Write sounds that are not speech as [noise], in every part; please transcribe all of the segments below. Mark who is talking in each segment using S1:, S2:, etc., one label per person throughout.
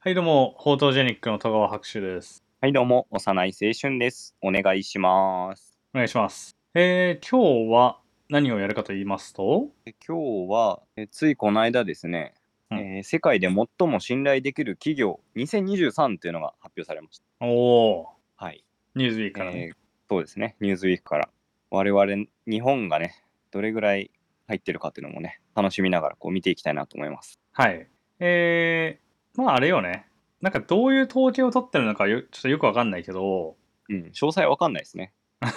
S1: はい、どうも、フォートジェニックの戸川博士です。
S2: はい、どうも、幼い青春です。お願いします。
S1: お願いします。えー、今日は何をやるかと言いますと、
S2: え今日は、えついこの間ですね、
S1: うん
S2: えー世界で最も信頼できる企業2023というのが発表されまし
S1: おお
S2: た。はい。
S1: ー、ニューズウィークからね。
S2: えーそうですね、ニューズウィークから。我々、日本がね、どれぐらい入ってるかっていうのもね、楽しみながらこう見ていきたいなと思います。
S1: はい。えー、まああれよね。なんかどういう統計を取ってるのかよちょっとよくわかんないけど、
S2: うん、詳細わかんないですね。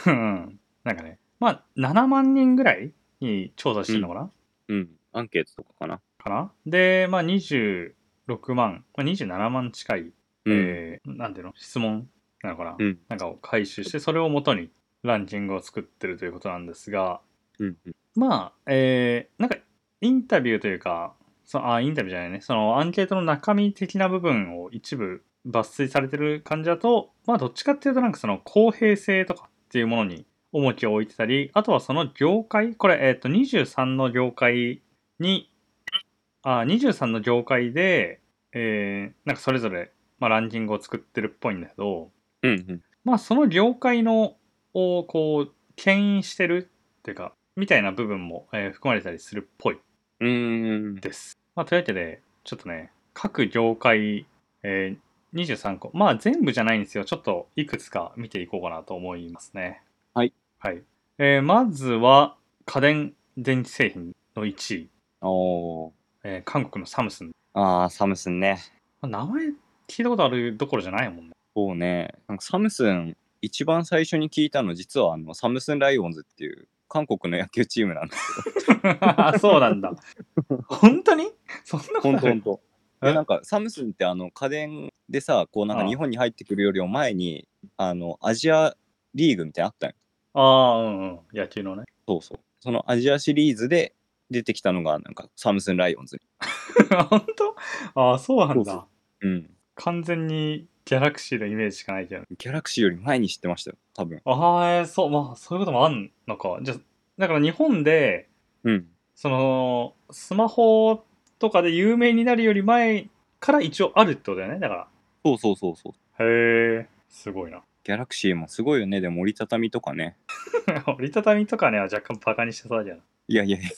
S1: うんなんかね、まあ7万人ぐらいに調査してるのかな、
S2: うん、アンケートとかかな。
S1: かなで、まあ26万、まあ、27万近い、
S2: うん、
S1: えー、なんていうの質問なのかな、
S2: うん
S1: なんかを回収して、それをもとにランキングを作ってるということなんですが、
S2: うん、うん、
S1: まあ、えー、なんか、インタビューというか、そのあ、インタビューじゃないね、そのアンケートの中身的な部分を一部抜粋されてる感じだと、まあ、どっちかっていうと、なんかその公平性とかっていうものに重きを置いてたり、あとはその業界、これ、えっ、と、23の業界に、あ、23の業界で、えー、なんかそれぞれ、まあ、ランキングを作ってるっぽいんだけど、
S2: うんうん、
S1: まあその業界のをこう牽引してるっていうかみたいな部分も、えー含まれたりするっぽいう
S2: ーん、
S1: です。まあ、というわけでちょっとね各業界、えー23個まあ全部じゃないんですよちょっといくつか見ていこうかなと思いますね。
S2: はい、
S1: はいえーまずは家電電気製品の1位、
S2: おー、
S1: えー韓国のサムスン、
S2: あー、サムスンね。
S1: まあ名前聞いたことあるどころじゃないも
S2: [laughs]
S1: んね。
S2: そうね、なんかサムスン、一番最初に聞いたの、実はあのサムスンライオンズっていう韓国の野球チームなんですよ。
S1: そうなんだ。本当にそんなことあ
S2: [laughs] 本
S1: る
S2: 当本当。
S1: え
S2: [laughs] で、なんかサムスンってあの家電でさ、こうなん
S1: あ
S2: か
S1: あ
S2: 日本に入ってくるよりも前に、あのアジアリーグみたいなのあったんよ。
S1: ああ、うんうん。野球のね。
S2: そうそう。そのアジアシリーズで出てきたのが、なんかサムスンライオンズ。
S1: [laughs] 本当ああ、そうなん
S2: そうそ
S1: だ。
S2: うん。
S1: 完全にギャラクシーのイメージしかないけど。
S2: ギャラクシーより前に知ってましたよ、多分。
S1: ああ、えーそう、まあ、そういうこともあんのか。じゃあ、だから日本で、
S2: うん。
S1: その、スマホとかで有名になるより前から一応あるってことだよね。だか
S2: そうそうそうそう。
S1: ら。へえ、すごいな。 [laughs]
S2: ギャラクシーもすごいよね、でも折りたたみとかね。
S1: 折りたたみとかね、若干バカにしてそうだけど。
S2: いやいやいや。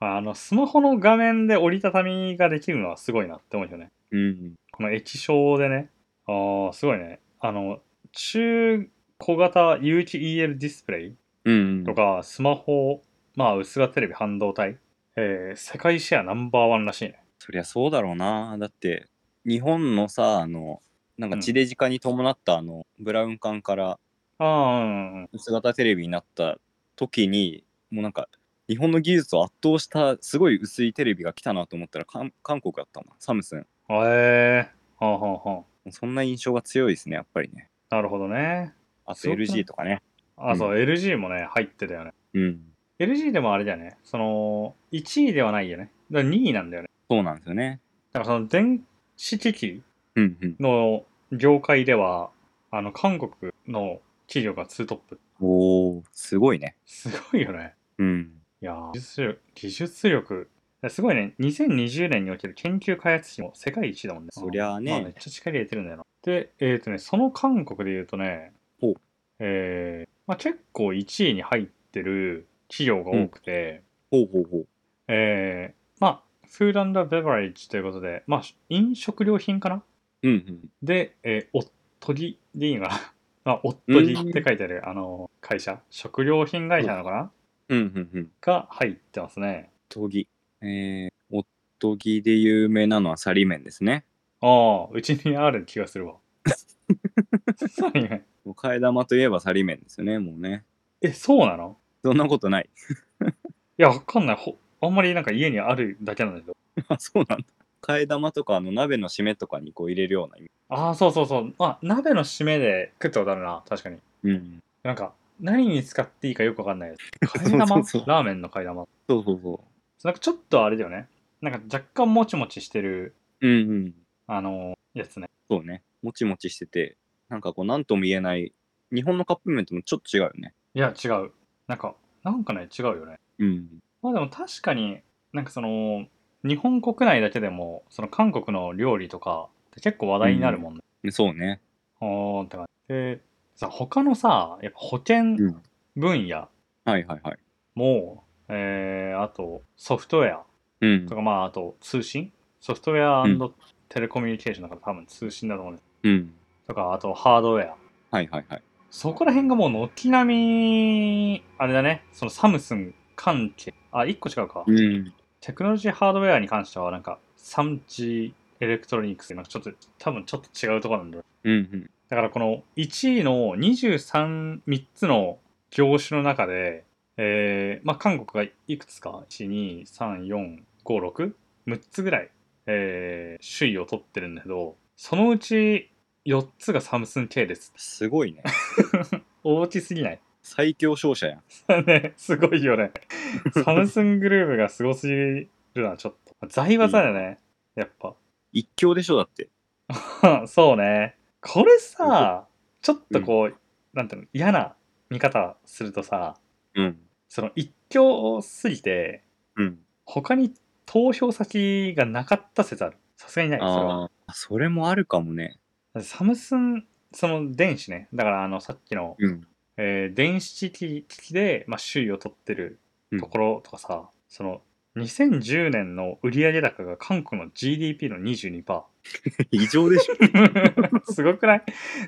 S1: まああの、スマホの画面で折りたたみができるのはすごいなって思うよね。
S2: うん。
S1: この液晶でね。ああ、すごいね。あの、中小型有機 EL ディスプレイ
S2: うん。
S1: とか、スマホ、まあ、薄型テレビ半導体、えー世界シェアナンバーワンらしいね。
S2: そりゃそうだろうなだって日本のさあのなんか地デジ化に伴ったあの、ブラウン管から
S1: ああ、うんうん。
S2: 薄型テレビになった時にもうなんか日本の技術を圧倒したすごい薄いテレビが来たなと思ったら韓韓国だったなサムスン
S1: えー、はあ、はあは
S2: そんな印象が強いですねやっぱりね
S1: あ、なるほどね。
S2: あ
S1: そ
S2: と
S1: うか
S2: LG とかね
S1: あ、そう、LG もね、入ってたよね。
S2: うん
S1: LG でもあれだよね。その、1位ではないよね。だから2位なんだよね。
S2: そうなんですよね
S1: だからその、電子機器
S2: うんうん
S1: の業界では、あの、韓国の企業が2トップ。
S2: おおすごいね
S1: すごいよね。
S2: うん
S1: いやー技術力、技術力。すごいね、2020年における研究開発費も世界一だもんね。
S2: そりゃあね
S1: まあめっちゃ力入れてるんだよな。で、えっ、とね、その韓国で言うとね
S2: ほう、
S1: えーまあ、結構1位に入ってる企業が多くて、
S2: ほうほうほう
S1: えーまあ、フードベバレッジということで、まあ、飲食料品かな
S2: うんうん
S1: で、えー、おっとぎでいいのかな [laughs] まあ、おっとぎって書いてある、あの、会社、食料品会社なのかな
S2: うんうんうん
S1: が入ってますね。
S2: とぎえー、おっとぎで有名なのはサリ麺ですね
S1: ああ、うちにある気がするわ。 [laughs] サリメン
S2: もう替え玉といえばサリ麺ですよね、もうね。
S1: え、そうなの
S2: そんなことない。 [laughs]
S1: いや、わかんない。ほあんまりなんか家にあるだけなんだけど。
S2: あ、そうなんだ。替え玉とか、あの、鍋の締めとかにこう入れるような意味。
S1: ああ、そうそうそう。あ、鍋の締めで食ったことあるな。確かに。
S2: うん。
S1: なんか、何に使っていいかよくわかんないです。替え玉
S2: [laughs] そうそうそう
S1: ラーメンの替え玉。
S2: そうそうそ
S1: なんかちょっとあれだよね。なんか若干もちもちしてる、
S2: う。うんうん。
S1: あのーやつね。
S2: そうね。もちもちしてて、なんかこう、なんとも言えない。日本のカップ麺ともちょっと違うよね。
S1: いや、違う。なんか、なんかね、違うよね。
S2: うん。
S1: まあでも確かに、なんかその、日本国内だけでもその韓国の料理とかって結構話題になるもんね、
S2: そうね。
S1: おーって感じでさ他のさやっぱ保険
S2: うん
S1: 分野
S2: はいはいはい。
S1: も、えーあとソフトウェア
S2: うん
S1: と。か、まああと通信ソフトウェア
S2: うん
S1: テレコミュニケーションだから多分通信だと思うんです
S2: うん。
S1: とかあとハードウェア
S2: はいはいはい。
S1: そこら辺がもう軒並みあれだねそのサムスン関係あ1個違うか、
S2: うん。
S1: テクノロジーハードウェアに関してはなんかサムジエレクトロニクスなんかちょっと多分ちょっと違うところなんだよ
S2: うん
S1: だからこの1位の233つの業種の中で、えーまあ、韓国がいくつか1234566つぐらい、えー首位を取ってるんだけどそのうち4つがサムスン系列
S2: すごいね。
S1: 大きすぎない [laughs]
S2: 最強勝者やん。
S1: ねすごいよねサムスングループがすごすぎるなちょっと財閥だよね、やっぱ
S2: 一強でしょだって。
S1: うんそうね。これさ、ちょっとこう、なんていうの、嫌な見方するとさ、
S2: うん。
S1: その一強すぎて、
S2: うん。
S1: 他に投票先がなかった説ある。さすがに
S2: [laughs]
S1: ない、それは。
S2: ああ、それもあるかもね。
S1: サムスン、その電子ね、だからあのさっきの、
S2: うん。
S1: えー電子機器で、まあ、首位を取ってるところとかさ、その、2010年の売上高が韓国の GDP の22%。
S2: [laughs] 異常でしょ。
S1: [laughs] すごくない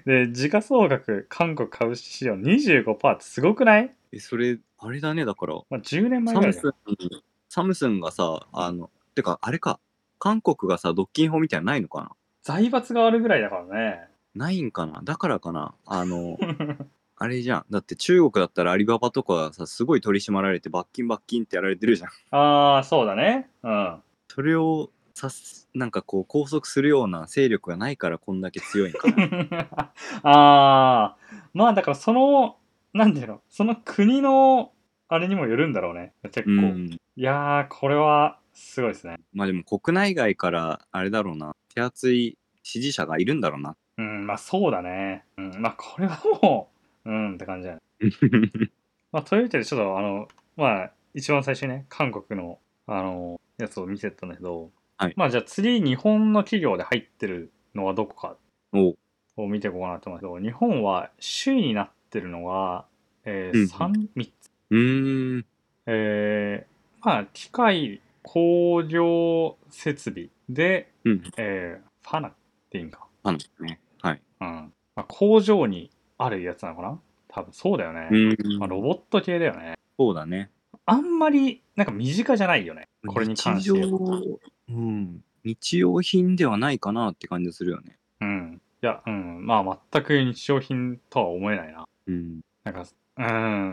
S1: で、時価総額、韓国株式市場25%ってすごくない、
S2: え、それ、あれだね、だから、
S1: まあ、?10 年前
S2: サ
S1: ぐら
S2: ム
S1: いだ
S2: ス
S1: よ
S2: ン、サムスンがさ、あの、てか、あれか、韓国がさ、独禁法みたいなのないのか
S1: 財閥があるぐらいだから
S2: なないんかなだからかなあ [laughs] の、
S1: ね。 [laughs]
S2: あれじゃん。だって中国だったらアリババとかはさ、すごい取り締まられて、罰金罰金ってやられてるじゃん。
S1: ああ、そうだね。うん。 [laughs]
S2: それをさす、なんかこう、拘束するような勢力がないから、こんだけ強いんか [laughs] な。
S1: ああー、まあだからその、なんていうの、その国の、あれにもよるんだろうね。結構。
S2: うん。
S1: いやー、これは、すごいですね。
S2: まあでも、国内外から、あれだろうな、手厚い支持者がいるんだろうな。
S1: うん、まあそうだね。うん、まあこれはもう、 [laughs] うんって感じだね。
S2: [laughs]
S1: まあ、というわけで、ちょっとあの、まあ、一番最初にね、韓国の、あの、やつを見てたんだけど、
S2: はい
S1: まあ、じゃあ次、日本の企業で入ってるのはどこか
S2: お
S1: を見ていこうかなと思うんですけど、日本は首位になってるのが、えー
S2: うん
S1: 三三つ。
S2: うーん。
S1: えーまあ、機械、工業設備で、
S2: うん。
S1: えーファナっていいんか。
S2: あのね。はい。
S1: うん。まあ、工場にあるやつなのかな多分そうだよね。
S2: うん。
S1: まあ、ロボット系だよね。
S2: そうだね。
S1: あんまり、なんか身近じゃないよね。これに関して
S2: 日
S1: 言うと。
S2: 常、うん。日用品ではないかなって感じするよね。
S1: うん。いや、うん。まあ、全く日用品とは思えないな。
S2: うん。
S1: なんか、う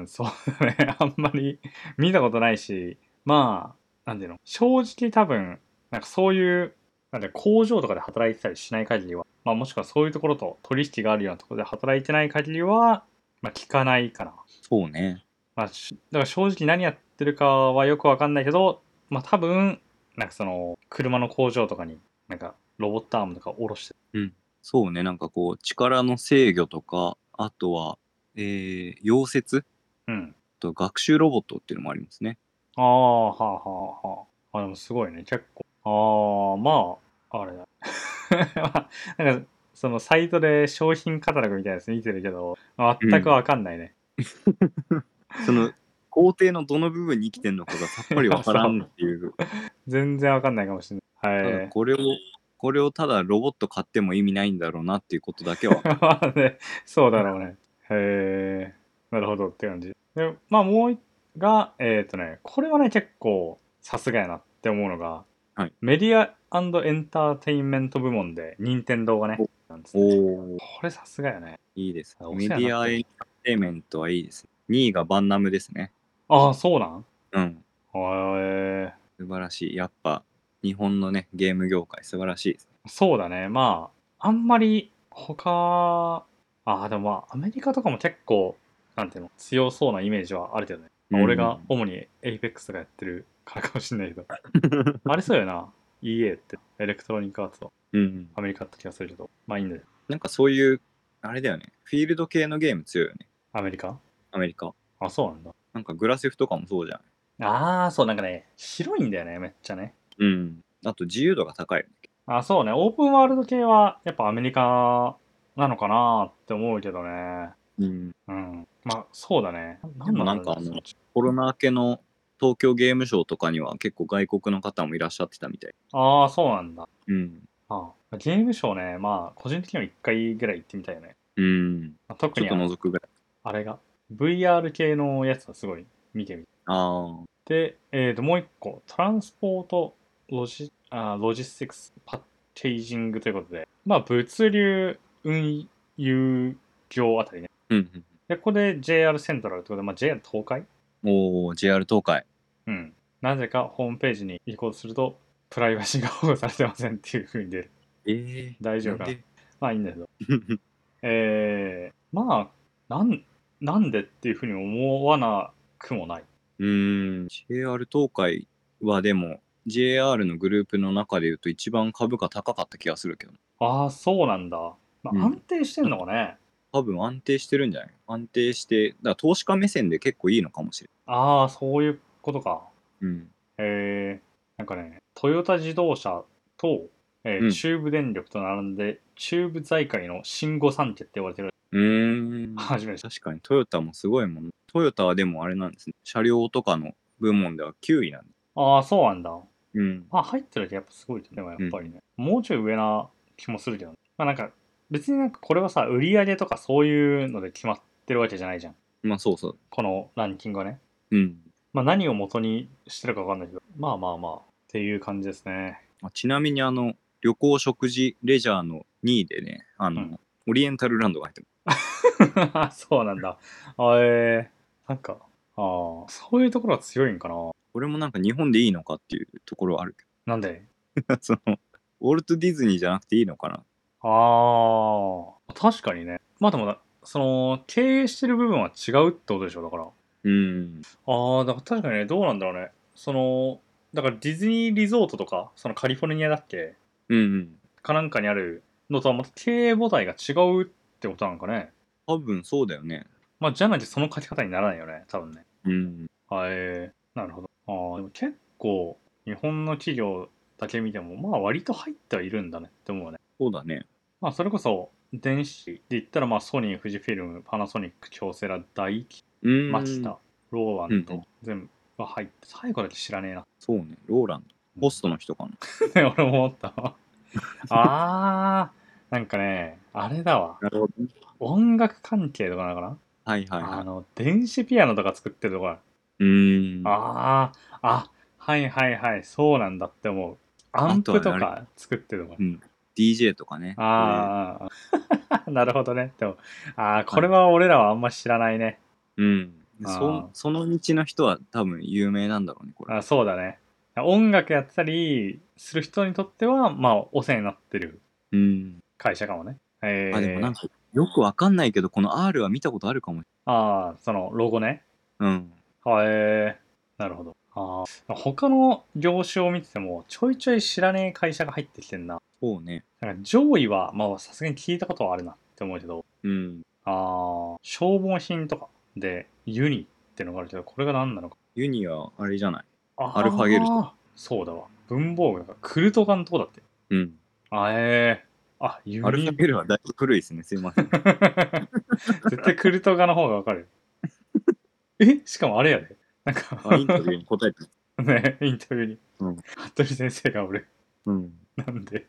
S1: ん、そうだね。 [laughs] あんまり見たことないし、まあ、なんていうの、正直多分、なんかそういう、なんていうの工場とかで働いてたりしない限りは、まあ、もしくはそういうところと取引があるようなところで働いてない限りは、まあ、聞かないかな。
S2: そうね。
S1: まあ、しだから正直何やってるかはよくわかんないけど、まあ多分、なんかその、車の工場とかに、なんかロボットアームとか下ろして
S2: そうね。なんかこう、力の制御とか、あとは、えー、溶接
S1: る。うん。
S2: と学習ロボットっていうのもありますね。
S1: ああ、はあはあはあ。あ、でもすごいね、結構。ああ、まあ、あれだ。 [laughs] まあなんか、そのサイトで商品カタログみたいなやつ見てるけど、全くわかんないね。
S2: そ [laughs] の、工程のどの部分に生きてんのかがさっぱりわからんっていう。 [laughs]
S1: 全然わかんないかもしれない。
S2: た
S1: は
S2: だ
S1: い。
S2: これを、これをただロボット買っても意味ないんだろうなっていうことだけ [laughs] は。
S1: [laughs] まあね、そうだろうね。へえ、なるほどって感じ。で、まあもう一が、えっ、とね、これはね、結構さすがやなって思うのが、
S2: はい
S1: メディアエンターテインメント部門で、任天堂がね、なんですね
S2: おお。
S1: これさすがやね。
S2: いいです
S1: あ。お
S2: メ
S1: 世話に
S2: ディ
S1: なっ
S2: ア
S1: てる
S2: エンターテインメントはいいです。2位がバンナムですね。
S1: ああ、そうなん
S2: うん。
S1: へえ、
S2: 素晴らしい。やっぱ、日本のね、ゲーム業界素晴らしいです。
S1: そうだね。まあ、あんまり他、ああ、でもまあ、アメリカとかも結構、なんていうの、強そうなイメージはあるけどね。まあ俺が主に APEX とかやってるからかもしれないけ
S2: [laughs]
S1: ど。
S2: うん。
S1: あれそうよな。EA って、エレクトロニックアーツと
S2: うん。
S1: アメリカって気がするけど、まあいいんだよ。
S2: なんかそういう、あれだよね。フィールド系のゲーム強いよね。
S1: アメリカ
S2: アメリカ。
S1: あ、そうなんだ。
S2: なんかグラセフとかもそうじゃん。
S1: ああ、そう、なんかね、広いんだよね、めっちゃね。
S2: うん。あと自由度が高いよね
S1: あ、そうね。オープンワールド系は、やっぱアメリカなのかなって思うけどね。うん。まあ、そうだね。
S2: でもなんか
S1: だろう
S2: あのコロナ明けの東京ゲームショウとかには結構外国の方もいらっしゃってたみたい。
S1: ああ、そうなんだ。
S2: うん。
S1: ああゲームショーね、まあ、個人的には1回ぐらい行ってみたいよね。
S2: うん。
S1: まあ特
S2: ちょっ
S1: に
S2: と
S1: あの
S2: 覗くぐらい。
S1: あれが、VR 系のやつはすごい見てみ
S2: ああ。
S1: て。で、えっ、と、もう一個、トランスポートロジあロジスティクスパッケージングということで、まあ、物流運輸業あたりね。
S2: うん
S1: で、ここで JR セントラルってことで、まあ、JR 東海
S2: うん。おお、JR 東海。
S1: うん。なぜかホームページに移行すると、プライバシーが保護されてませんっていう風に出る。
S2: ええ
S1: 大丈夫かなまあいいんだけど。
S2: 夫。
S1: えー、まあ、なん、なんでっていうふうに思わなくもない。
S2: [laughs] うん。JR 東海はでも、JR のグループの中でいうと一番株価高かった気がするけど、
S1: ああ、そうなんだ。ま
S2: うん
S1: あ、安定してんのかね。
S2: 多分安定してるんじゃない安定して、だから投資家目線で結構いいのかもしれ
S1: ああ、そういうことか。
S2: ない。うん。
S1: えー、なんかね、トヨタ自動車と、えー
S2: うん
S1: 中部電力と並んで、中部財界の新御三家って言われてる。
S2: うーん。
S1: 初めて知っ
S2: 確かにトヨタもすごいもん。トヨタはでもあれなんですね。車両とかの部門では9位なんで。
S1: た。ああ、そうなんだ。
S2: うん。
S1: まあ入ってるだけやっぱすごいけどね、やっぱりね、もうちょい上な気もするけど、ね、まあなんか別になんかこれはさ売り上げとかそういうので決まってるわけじゃないじゃん
S2: まあそうそう。
S1: このランキングはね
S2: うん。
S1: まあ何を元にしてるか分かんないけどまあまあまあっていう感じですね
S2: あちなみにあの、旅行、食事、レジャーの2位でね、あの、
S1: うん
S2: オリエンタルランドが入って
S1: [laughs]
S2: る。
S1: そうなんだあえー、なんかあーそういうところは強いんかな
S2: これもなんか日本でいいのかっていうところはあるけ
S1: なんで
S2: ど、 [laughs] その、ウォルト・ディズニーじゃなくていいのかな。
S1: あー確かにねまあでもなその経営してる部分は違うってことでしょだから
S2: うん。
S1: ああ、だから確かにね、どうなんだろうね。その、だからディズニーリゾートとか、そのカリフォルニアだっけ
S2: うんうん。
S1: かなんかにあるのとはまた経営母体が違うってことなのかね。
S2: 多分そうだよね。
S1: まあ、じゃなきゃその書き方にならないよね、多分ね。
S2: うん。
S1: はい、えーなるほど。ああ、でも結構、日本の企業だけ見ても、まあ割と入ってはいるんだねって思うね。
S2: そうだね。
S1: まあそれこそ、電子で言ったら、まあソニー、富士フィルム、パナソニック、京セラ、ダイキ、
S2: うん。
S1: マチタ、ローラン
S2: うんう
S1: ド
S2: ん、
S1: 全部入って、最後だけ知らねえな。
S2: そうね。ローランド。ホストの人かな。
S1: ね、 [laughs] 俺も思ったわ。あー、なんかね、あれだわ。
S2: なるほど。
S1: 音楽関係とかなのかな、
S2: はいはい
S1: あ
S2: は
S1: の、電子ピアノとか作ってるとこだ。
S2: い。うん。
S1: あー、あ、はいはいはい、そうなんだって思う。アンプと
S2: あとは
S1: か作ってるとこ
S2: うん DJ とかね。
S1: あー、 [laughs] なるほどね。でも、あー、これは俺らはあんま知らないね。
S2: うん。
S1: あー
S2: そその道の人は多分有名なんだろうね、これ。
S1: あそうだね。音楽やってたりする人にとっては、まあ、お世話になってる
S2: うん。
S1: 会社かもね。えー、
S2: あ、でもなんか、よくわかんないけど、この R は見たことあるかも。
S1: あーその、ロゴね。
S2: うん。
S1: はい、えーなるほど。あー他の業種を見てても、ちょいちょい知らねえ会社が入ってきてんな。
S2: そうね。
S1: なんか上位は、まあさすがに聞いたことはあるなって思うけど、
S2: うん。
S1: あー消防品とかでユニってのがあるけど、これが何なのか。
S2: ユニは、あれじゃない。
S1: あー
S2: アルファゲルト
S1: そうだわ。文房具がクルトガンとかだって。
S2: うん。
S1: あえー、あ、ユニ。
S2: アルファベルはだいぶ古いですね。すい [laughs] ません。
S1: [laughs] 絶対クルトガの方がわかる。えしかもあれやで。なんか、
S2: あインタビューに答えてます。
S1: ね、インタビューに。
S2: うん
S1: 服部先生が俺、
S2: うん。
S1: なんで。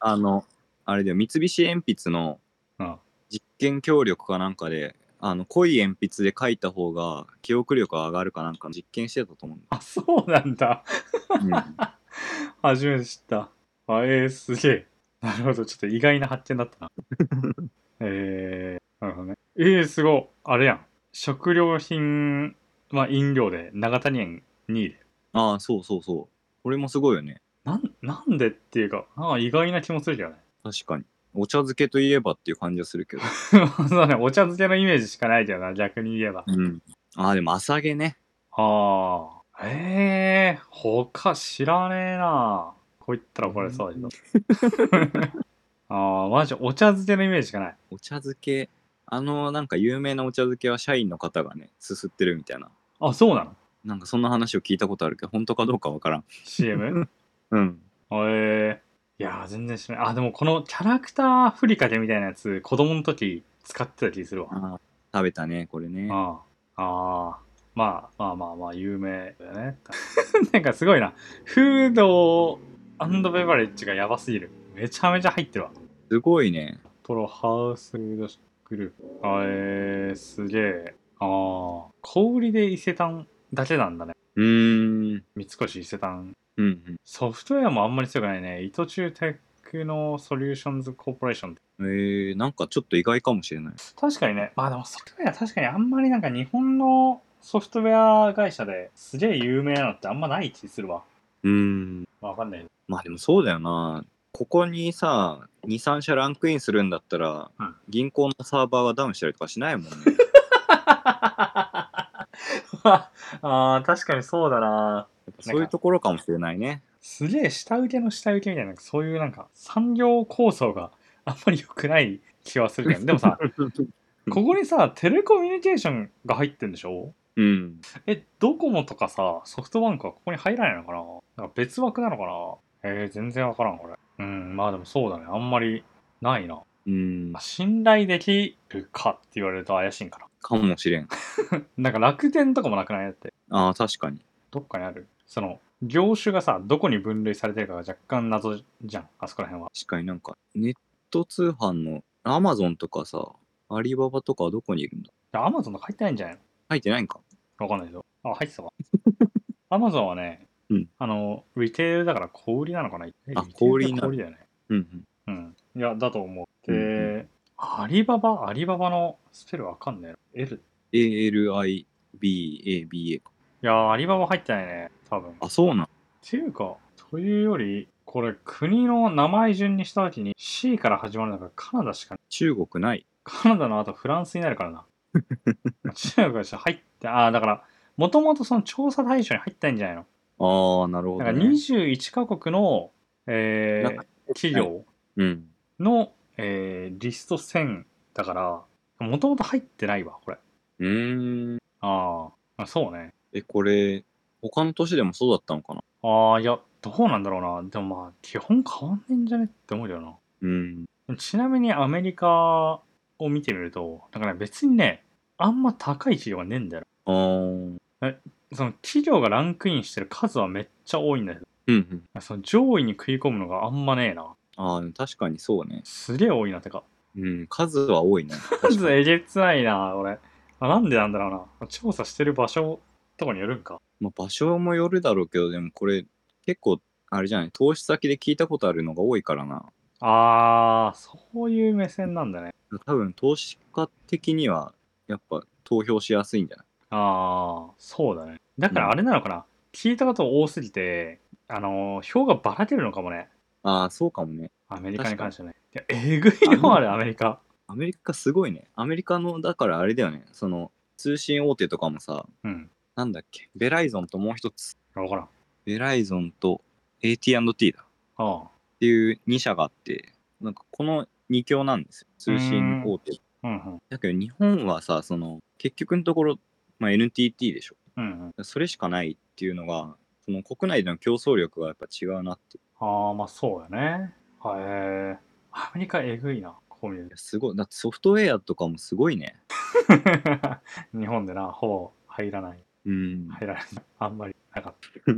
S2: あの、あれだよ、三菱鉛筆の
S1: うん
S2: 実験協力かなんかで、あの、濃い鉛筆で書いた方が記憶力が上がるかなんかの実験してたと思うんだ。
S1: あ、そうなんだ。 [laughs]
S2: うん
S1: 初めて知った。あ、えー、すげえ。なるほど。ちょっと意外な発見だったな。えー、なるほどね。えー、すごい。あれやん。食料品、まあ、飲料で、長谷園2位で。
S2: ああ、そうそうそう。これもすごいよね。
S1: なん、なんでっていうか、あ意外な気もするけどね。 [laughs]
S2: 確かに。お茶漬けといえばっていう感じがするけど。
S1: そうだね。お茶漬けのイメージしかないけどな、逆に言えば。
S2: うん。ああ、でも、朝毛ね。
S1: ああ。ええー、他知らねえな。こう言ったら怒られそうだけど。ああ、マジお茶漬けのイメージしかない。
S2: お茶漬け、あの、なんか有名なお茶漬けは社員の方がね、すすってるみたいな。
S1: あ、そうなの
S2: なんかそんな話を聞いたことあるけど、本当かどうかわからん。
S1: ?CM?
S2: うん。
S1: えー、いやー全然知らないあでもこのキャラクターふりかけみたいなやつ子供の時使ってた気するわあ
S2: あ食べたね、これね。
S1: ああーまあまあまあまあ有名だよね [laughs] なんかすごいなフードベバレッジがやばすぎるめちゃめちゃ入ってるわ
S2: すごいね。
S1: トロハウスフードグループあえー、すげえああ小売りで伊勢丹だけなんだね
S2: うーん。
S1: 三越伊勢丹
S2: うんうん。
S1: ソフトウェアもあんまり強くないね。糸中テクノソリューションズコーポレーションって。
S2: えー、なんかちょっと意外かもしれない。
S1: 確かにね、まあでもソフトウェア確かにあんまりなんか日本のソフトウェア会社ですげえ有名なのってあんまない気するわ。
S2: うーん。
S1: まあわかんないけど。
S2: まあでもそうだよな。ここにさ、2、3社ランクインするんだったら、
S1: うん
S2: 銀行のサーバーがダウンしたりとかし [laughs] ないもんね。
S1: あ [laughs] あー、確かにそうだな。
S2: やっぱそういうところかもしれないね。
S1: すげえ下請けの下請けみたいな、なんかそういうなんか産業構想があんまり良くない気はするけど、 [laughs] でもさ、ここにさ、テレコミュニケーションが入ってんでしょ
S2: [laughs] うん。
S1: え、ドコモとかさ、ソフトバンクはここに入らないのかななんか別枠なのかなえー、全然わからん、これ。うん、まあでもそうだね。あんまりないな。
S2: うん
S1: まあ、。信頼できるかって言われると怪しいんか
S2: かもしれん。
S1: な。なんか楽天とかもなくないだって。
S2: ああ、確かに。
S1: どっかにある。その、業種がさ、どこに分類されてるかが若干謎じゃん。あそこら辺は。
S2: 確かになんか、ネット通販のアマゾンとかさ、アリババとかはどこにいるんだ
S1: アマゾンとか入ってないんじゃないの
S2: 入ってないんか。
S1: わかんないけど。あ、入
S2: [laughs]
S1: ってたわ。アマゾンはね、
S2: うん
S1: あの、リテールだから小売りなのかなえ
S2: あ
S1: リテール
S2: 小売り
S1: って
S2: な
S1: 小売りだよね。
S2: うん
S1: うん。いや、だと思う。で、
S2: うんう
S1: アリババアリババのスペルわかんねえな。L? い
S2: うん。ALIBABA か。
S1: やー、アリババ入ってないね。多分。っ
S2: あ、そうなん。
S1: ていうか、というより、これ国の名前順にしたときに C から始まるのがカナダしかない。
S2: 中国ない。
S1: カナダの後フランスになるからな。中国が入って、ああ、だから、もともとその調査対象に入ったんじゃないの
S2: ああ、なるほ
S1: だ
S2: ど、
S1: から
S2: ね。
S1: 21カ国の、え
S2: なん
S1: ー
S2: か、
S1: 企業
S2: うん。
S1: の、えーリスト1000だから、もともと入ってないわ、これ。
S2: うーん。
S1: あーあ、そうね。
S2: え、これ、他の年でもそうだったのかな
S1: ああ、いや、どうなんだろうな。でもまあ、基本変わんねえんじゃねって思うよ
S2: うん。
S1: な。ちなみにアメリカを見てみると、だから別にね、あんま高い企業はねえんだよ。
S2: ああ。うん
S1: その企業がランクインしてる数はめっちゃ多いんだけど、
S2: うん。
S1: その上位に食い込むのがあんまねえな。
S2: ああ、でも確かにそうね。
S1: すげえ多いな、てか。
S2: うん。 [laughs] 数は多いね。
S1: まずえげつないな、俺。あ、なんでなんだろうな。調査してる場所とかによるんか。
S2: まあ、場所もよるだろうけど、でもこれ、結構、あれじゃない、投資先で聞いたことあるのが多いからな。
S1: ああ、そういう目線なんだね。
S2: 多分、投資家的には、やっぱ投票しやすいんじゃない
S1: ああ、そうだね。だからあれなのかな、聞いたこと多すぎて、あのー、票がばらけるのかもね。
S2: ああ、そうかもね。
S1: アメリカに関してはね。いや、えぐいのあれ、アメリカ。
S2: アメリカすごいね。アメリカの、だからあれだよね、その、通信大手とかもさ、
S1: うん。
S2: なんだっけ、ベライゾンともう一つ、
S1: わからん。あ
S2: ベライゾンと AT&T だっ
S1: あ。
S2: ていう2社があって、なんかこの2強なんですよ、通信大手。
S1: うんうん。
S2: だけど日本はさ、その、結局のところ、まあ、NTT でしょ。
S1: うんうん。
S2: それしかないっていうのが、その国内での競争力がやっぱ違うなって。
S1: ああ、まあそうだね。はい、えー。アメリカえぐいな、こう見る
S2: いやすごい。だってソフトウェアとかもすごいね。
S1: と。日本でな、ほぼ入らない。
S2: うん。
S1: 入らない。あんまりなかった。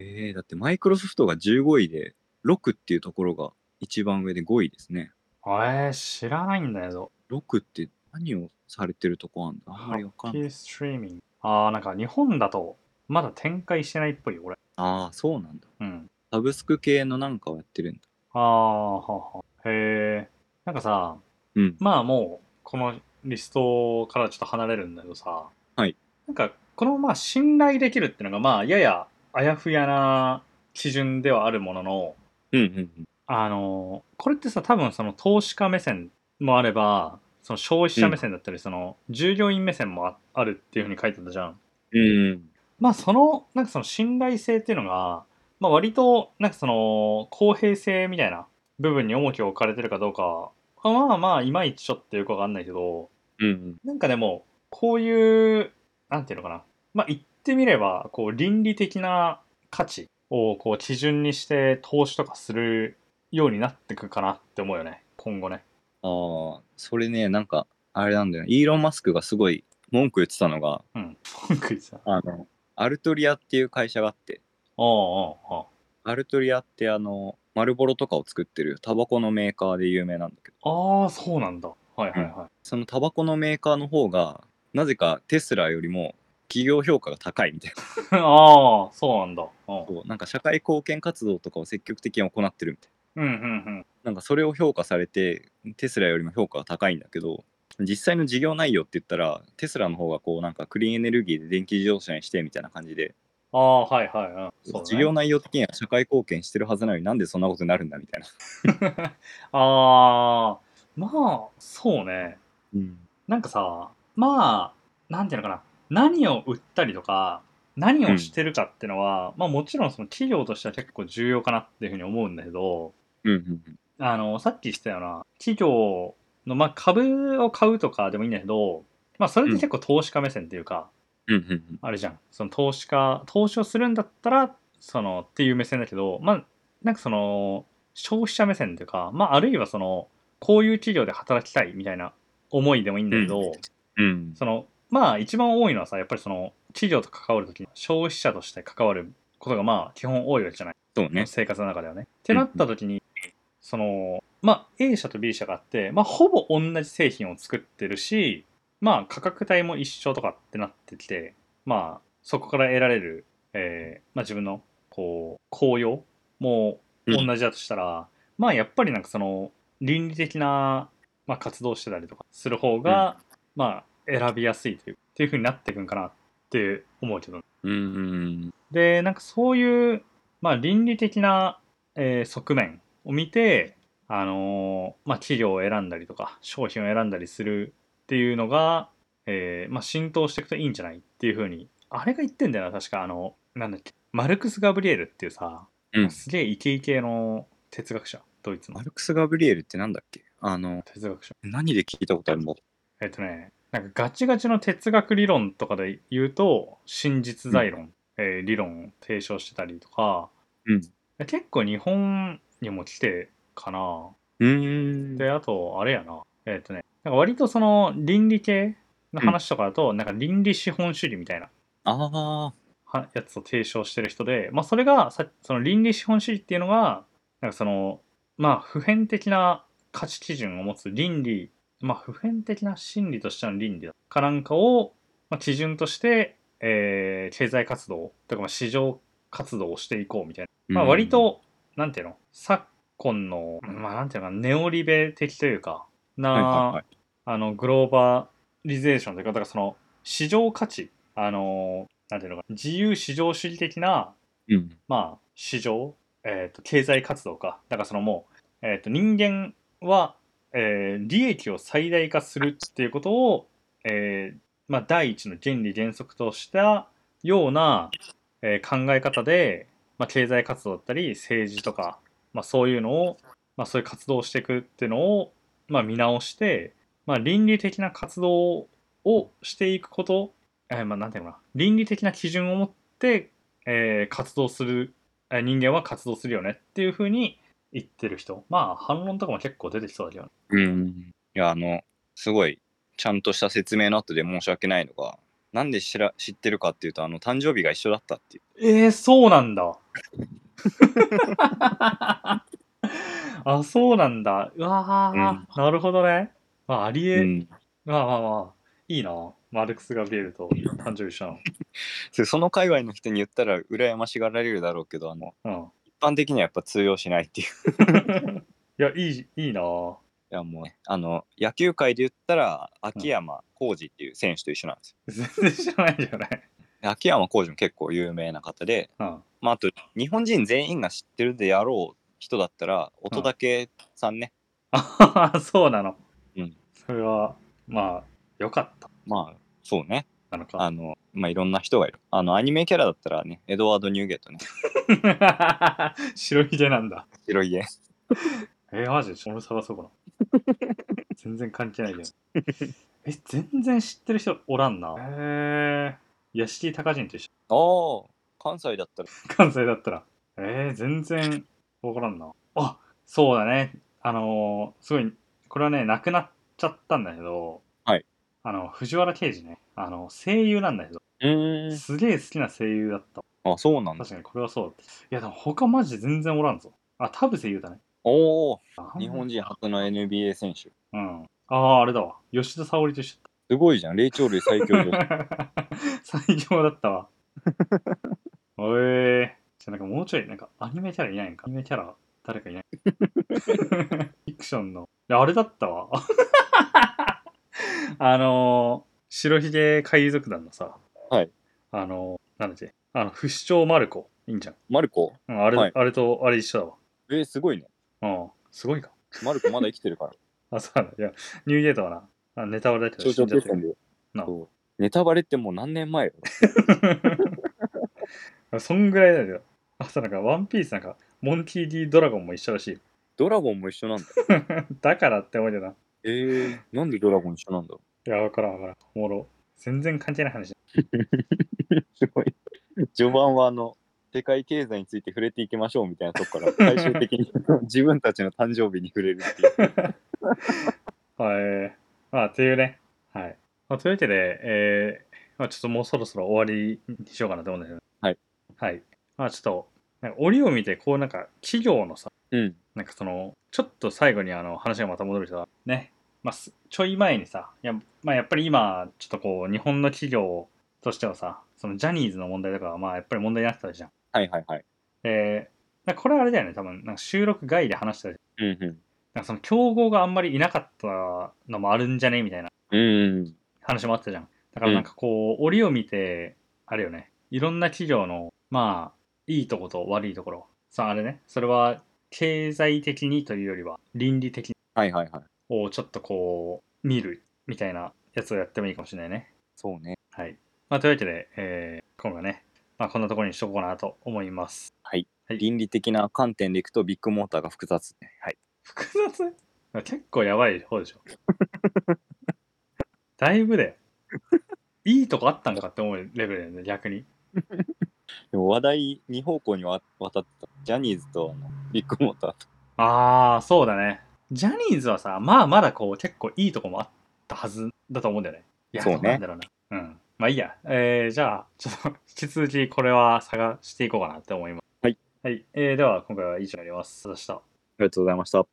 S2: えー、だってマイクロソフトが15位で、6っていうところが一番上で5位ですね。
S1: えー、知らないんだけど。
S2: 6って何をされてるとこあんだあんまりわかんない。
S1: ハッピーストリーミング。ああ、なんか日本だと、まだ展開してないっぽい、俺。
S2: ああ、そうなんだ。
S1: うん。
S2: サブスク系のなんかをやってるんだ。
S1: ああ、はあはあ。へえ。なんかさ、
S2: うん。
S1: まあもう、このリストからちょっと離れるんだけどさ、
S2: はい。
S1: なんか、このまあ、信頼できるってのが、まあ、ややあやふやな基準ではあるものの、
S2: うんうんうん。
S1: あのーこれってさ、多分その投資家目線もあれば、その消費者目線だったり、その従業員目線もああるっていうふうに書いてたじゃん。
S2: うん。
S1: まあそのなんかその信頼性っていうのが、まあ、割となんかその公平性みたいな部分に重きを置かれてるかどうかはまあまあいまいちちょっとよくわかんないけど
S2: うんうん。
S1: なんかでもこういうなんていうのかなまあ言ってみればこう倫理的な価値をこう基準にして投資とかするようになってくかなって思うよね今後ね
S2: ああ、それね、なんか、あれなんだよね。イーロン・マスクがすごい文句言ってたのが、
S1: うん文句言ってた
S2: あの、アルトリアっていう会社があって、
S1: おうおうおう
S2: アルトリアってあの、丸ボロとかを作ってるタバコのメーカーで有名なんだけど、
S1: ああそうなんだはいはいはい、
S2: そのタバコのメーカーの方が、なぜかテスラよりも企業評価が高いみたいな
S1: ああそうなんだうん
S2: こうなんか社会貢献活動とかを積極的に行ってるみたい
S1: うんうん
S2: な。なんかそれを評価されて、テスラよりも評価が高いんだけど、実際の事業内容って言ったら、テスラの方がこうなんかクリーンエネルギーで電気自動車にしてみたいな感じで、
S1: ああはいはいうんそうだね
S2: 事業内容的には社会貢献してるはずなのになんでそんなことになるんだみたいな。
S1: ああまあそうねなんかさまあなんていうのかな何を売ったりとか何をしてるかってのは、まあもちろんその企業としては結構重要かなっていうふうに思うんだけど
S2: うんうん
S1: あのさっき言ってたような企業の、まあ、株を買うとかでもいいんだけど、まあ、それって結構投資家目線っていうか、
S2: うんうんうん
S1: あれじゃんその投資家投資をするんだったらそのっていう目線だけどまあなんかその消費者目線というか、まあ、あるいはそのこういう企業で働きたいみたいな思いでもいいんだけど、
S2: ううん
S1: そのまあ一番多いのはさやっぱりその企業と関わる時に消費者として関わることがまあ基本多いわけじゃない、
S2: そうね。
S1: 生活の中ではね。ってなった時に、そのまあ A 社と B 社があって、まあ、ほぼ同じ製品を作ってるしまあ価格帯も一緒とかってなってきてまあそこから得られる、えーまあ、自分のこう効用も同じだとしたら、まあやっぱりなんかその倫理的な、まあ、活動してたりとかする方が、まあ選びやすいというっていう風になっていくんかなって思うけど
S2: うんうん
S1: でなんかそういう、まあ、倫理的な、えー側面を見て、あのーまあ、企業を選んだりとか商品を選んだりするっていうのが、えーまあ、浸透していくといいんじゃないっていうふうにあれが言ってんだよな確かあのなんだっけマルクス・ガブリエルっていうさ、
S2: うん
S1: すげえイケイケの哲学者ドイツの
S2: マルクス・ガブリエルってなんだっけあの、
S1: 哲学者
S2: 何で聞いたことあるんだろ
S1: えっ、とねなんかガチガチの哲学理論とかで言うと真実在論、えー理論を提唱してたりとか
S2: ううん。
S1: 結構日本にも来てかな。
S2: うーん。
S1: で、あと、あれやな。えっ、とね、なんか割とその倫理系の話とかだと、なんか倫理資本主義みたいな
S2: ああ。
S1: はやつを提唱してる人で、まあそれがさ、その倫理資本主義っていうのが、なんかその、まあ普遍的な価値基準を持つ倫理、まあ普遍的な心理としての倫理かなんかを、まあ、基準として、えー経済活動とかまあ市場活動をしていこうみたいな。まあ、
S2: うん
S1: 割、と、なんていうの昨今の、まあ、なんていうのかなネオリベ的というかな、
S2: はいはいはい
S1: あのグローバリゼーションというかだからその市場価値あのなんていうのかな自由市場主義的な、
S2: うん。
S1: まあ、市場、えー、と経済活動かだからそのもう、えー、と人間は、えー利益を最大化するっていうことを、えーまあ、第一の原理原則としたような、えー考え方で、まあ、経済活動だったり政治とか、まあ、そういうのを、まあ、そういう活動をしていくっていうのを、まあ、見直して、まあ、倫理的な活動をしていくこと、えーまあ、なんていうのかな倫理的な基準を持って、えー活動する、えー人間は活動するよねっていうふうに言ってる人まあ反論とかも結構出てきそうだけどね
S2: うん。いや、あの、すごい、ちゃんとした説明の後で申し訳ないのが、なんで知ら知ってるかっていうと、あの、誕生日が一緒だったっていう。
S1: えー、そうなんだ。 [laughs] あ、そうなんだ。うわー、なるほどね。まあ、ありえ、
S2: うん
S1: まあまあまあ、いいな。マルクス・ガビエルと誕生日したの。
S2: そその界隈の人に言ったら、羨ましがられるだろうけど、あの、
S1: うん。
S2: 一般的にはやっぱ通用しないっていう。 [laughs]
S1: いや、いい、いいな。はい
S2: やもうねあの野球界で言ったら秋山浩二っていう選手と一緒なんですよ。
S1: 全然知らないじゃない。
S2: で秋山浩二も結構有名な方で、
S1: うん。 [laughs]
S2: まあ、あと日本人全員が知ってるであろう人だったら音だけさんね、
S1: あそうなの。
S2: うん。
S1: それは、まあ、よかった。
S2: まあそうね
S1: なのか。
S2: あの、まあ、いろんな人がいるあのアニメキャラだったらねエドワード・ニューゲートね [laughs]
S1: [laughs] 白ひげなんだ。
S2: 白い家
S1: えー、マジで俺探そうかな。
S2: [laughs]
S1: 全然関係ないけど。え、全然知ってる人おらんな。へえー。屋敷隆人と一緒。 [laughs]
S2: ああ関西だったら
S1: 関西だったら。えー、全然わからんな。あそうだね。あのーすごい、これはね、亡くなっちゃったんだけど、
S2: はい。
S1: あの、藤原刑事ね、あの、声優なんだけど、
S2: うーん
S1: すげえ好きな声優だった。
S2: あそうなんだ
S1: 確かにこれはそうだった。いや、でも他マジで全然おらんぞ。あ、田臥勇だね。
S2: おお
S1: あ
S2: 日本人初の NBA 選手
S1: うん。ああ、あれだわ。吉田沙保里と一緒 [laughs]
S2: すごいじゃん霊長類最強 [laughs] 女子
S1: だった。最強だった [laughs] わ。おえー。じゃあなんかもうちょい、なんかアニメキャラいないんかアニメキャラ誰かいない [laughs] フィクションの。いや、あれだったわ。 [laughs] あのー、白ひげ海賊団のさ、
S2: はい。
S1: あのー、なんだっけ、あの、不死鳥マルコ。いいんじゃん。
S2: マルコ
S1: うん、あれ、
S2: はい
S1: あれと、あれ一緒だわ。
S2: えーすごいね
S1: うん、すごいか。
S2: マルコまだ生きて [laughs] るから
S1: あ、そうなんだ。いや、ニューゲートはな、あネタバレだけど
S2: 超
S1: 死
S2: 常
S1: んじゃ
S2: テ
S1: って
S2: スト
S1: る。
S2: で
S1: な
S2: そうネタバレってもう何年前よ
S1: あそんぐらいだよ。あとなんか、ワンピースなんか、モンキー・ディ・ドラゴンも一緒らしい。 [laughs]
S2: ドラゴンも一緒なんだ
S1: だからって思うよな。い
S2: えー、なんでドラゴン一緒なんだろ
S1: や、わからんわからん。おもろ。全然関係ない話だ。
S2: う [laughs] すごい序盤はあの世界経済について触れていきましょうみたいなとこから最終的に自分たちの誕生日に触れるっていう
S1: はい。まあ、というね。はい。まあ、というわけで、えー、まあ、ちょっともうそろそろ終わりにしようかなと思うんだけど。
S2: はい。
S1: はい。まあ、ちょっと、なんか折を見て、こうなんか、企業のさ、
S2: うん
S1: なんかその、ちょっと最後にあの話がまた戻るけど、ね、まあ、すちょい前にさ、いやまあ、やっぱり今、ちょっとこう、日本の企業としてはさ、そのジャニーズの問題とかは、まあ、やっぱり問題になってたじゃん。
S2: はいはいはい
S1: えー、なんかこれはあれだよね、多分、なんか収録外で話したじゃん。
S2: うんうん
S1: なんかその、競合があんまりいなかったのもあるんじゃねみたいな
S2: うん
S1: 話もあったじゃん。だからなんかこう、折を見て、あれよね、いろんな企業の、まあ、いいとこと悪いところ。さあ、あれね、それは、経済的にというよりは、倫理的に
S2: はいはいはい
S1: をちょっとこう見るみたいなやつをやってもいいかもしれないね。
S2: そうね
S1: はい。まあ、というわけで、えー今回はね、まあ、こんなところにしとこうかなと思います。 [laughs]
S2: 倫理的な観点でいくとビッグモーターが複雑ねはい
S1: 複雑結構やばい方でしょ。だいぶで、いいとこあったんかって思うレベルだよね、逆に。
S2: でも話題2方向にわ渡ってたジャニーズとあのビッグモーターと
S1: ああ、そうだね。ジャニーズはさ、まあまだこう結構いいとこもあったはずだと思うんだよね。いや、
S2: そう
S1: ど
S2: ね
S1: うなんだろうな。うん。まあいいや。えー、じゃあ、ちょっと引き続きこれは探していこうかなって思います。
S2: はい。
S1: はい。えー、では今回は以上になります。でした。
S2: ありがとうございました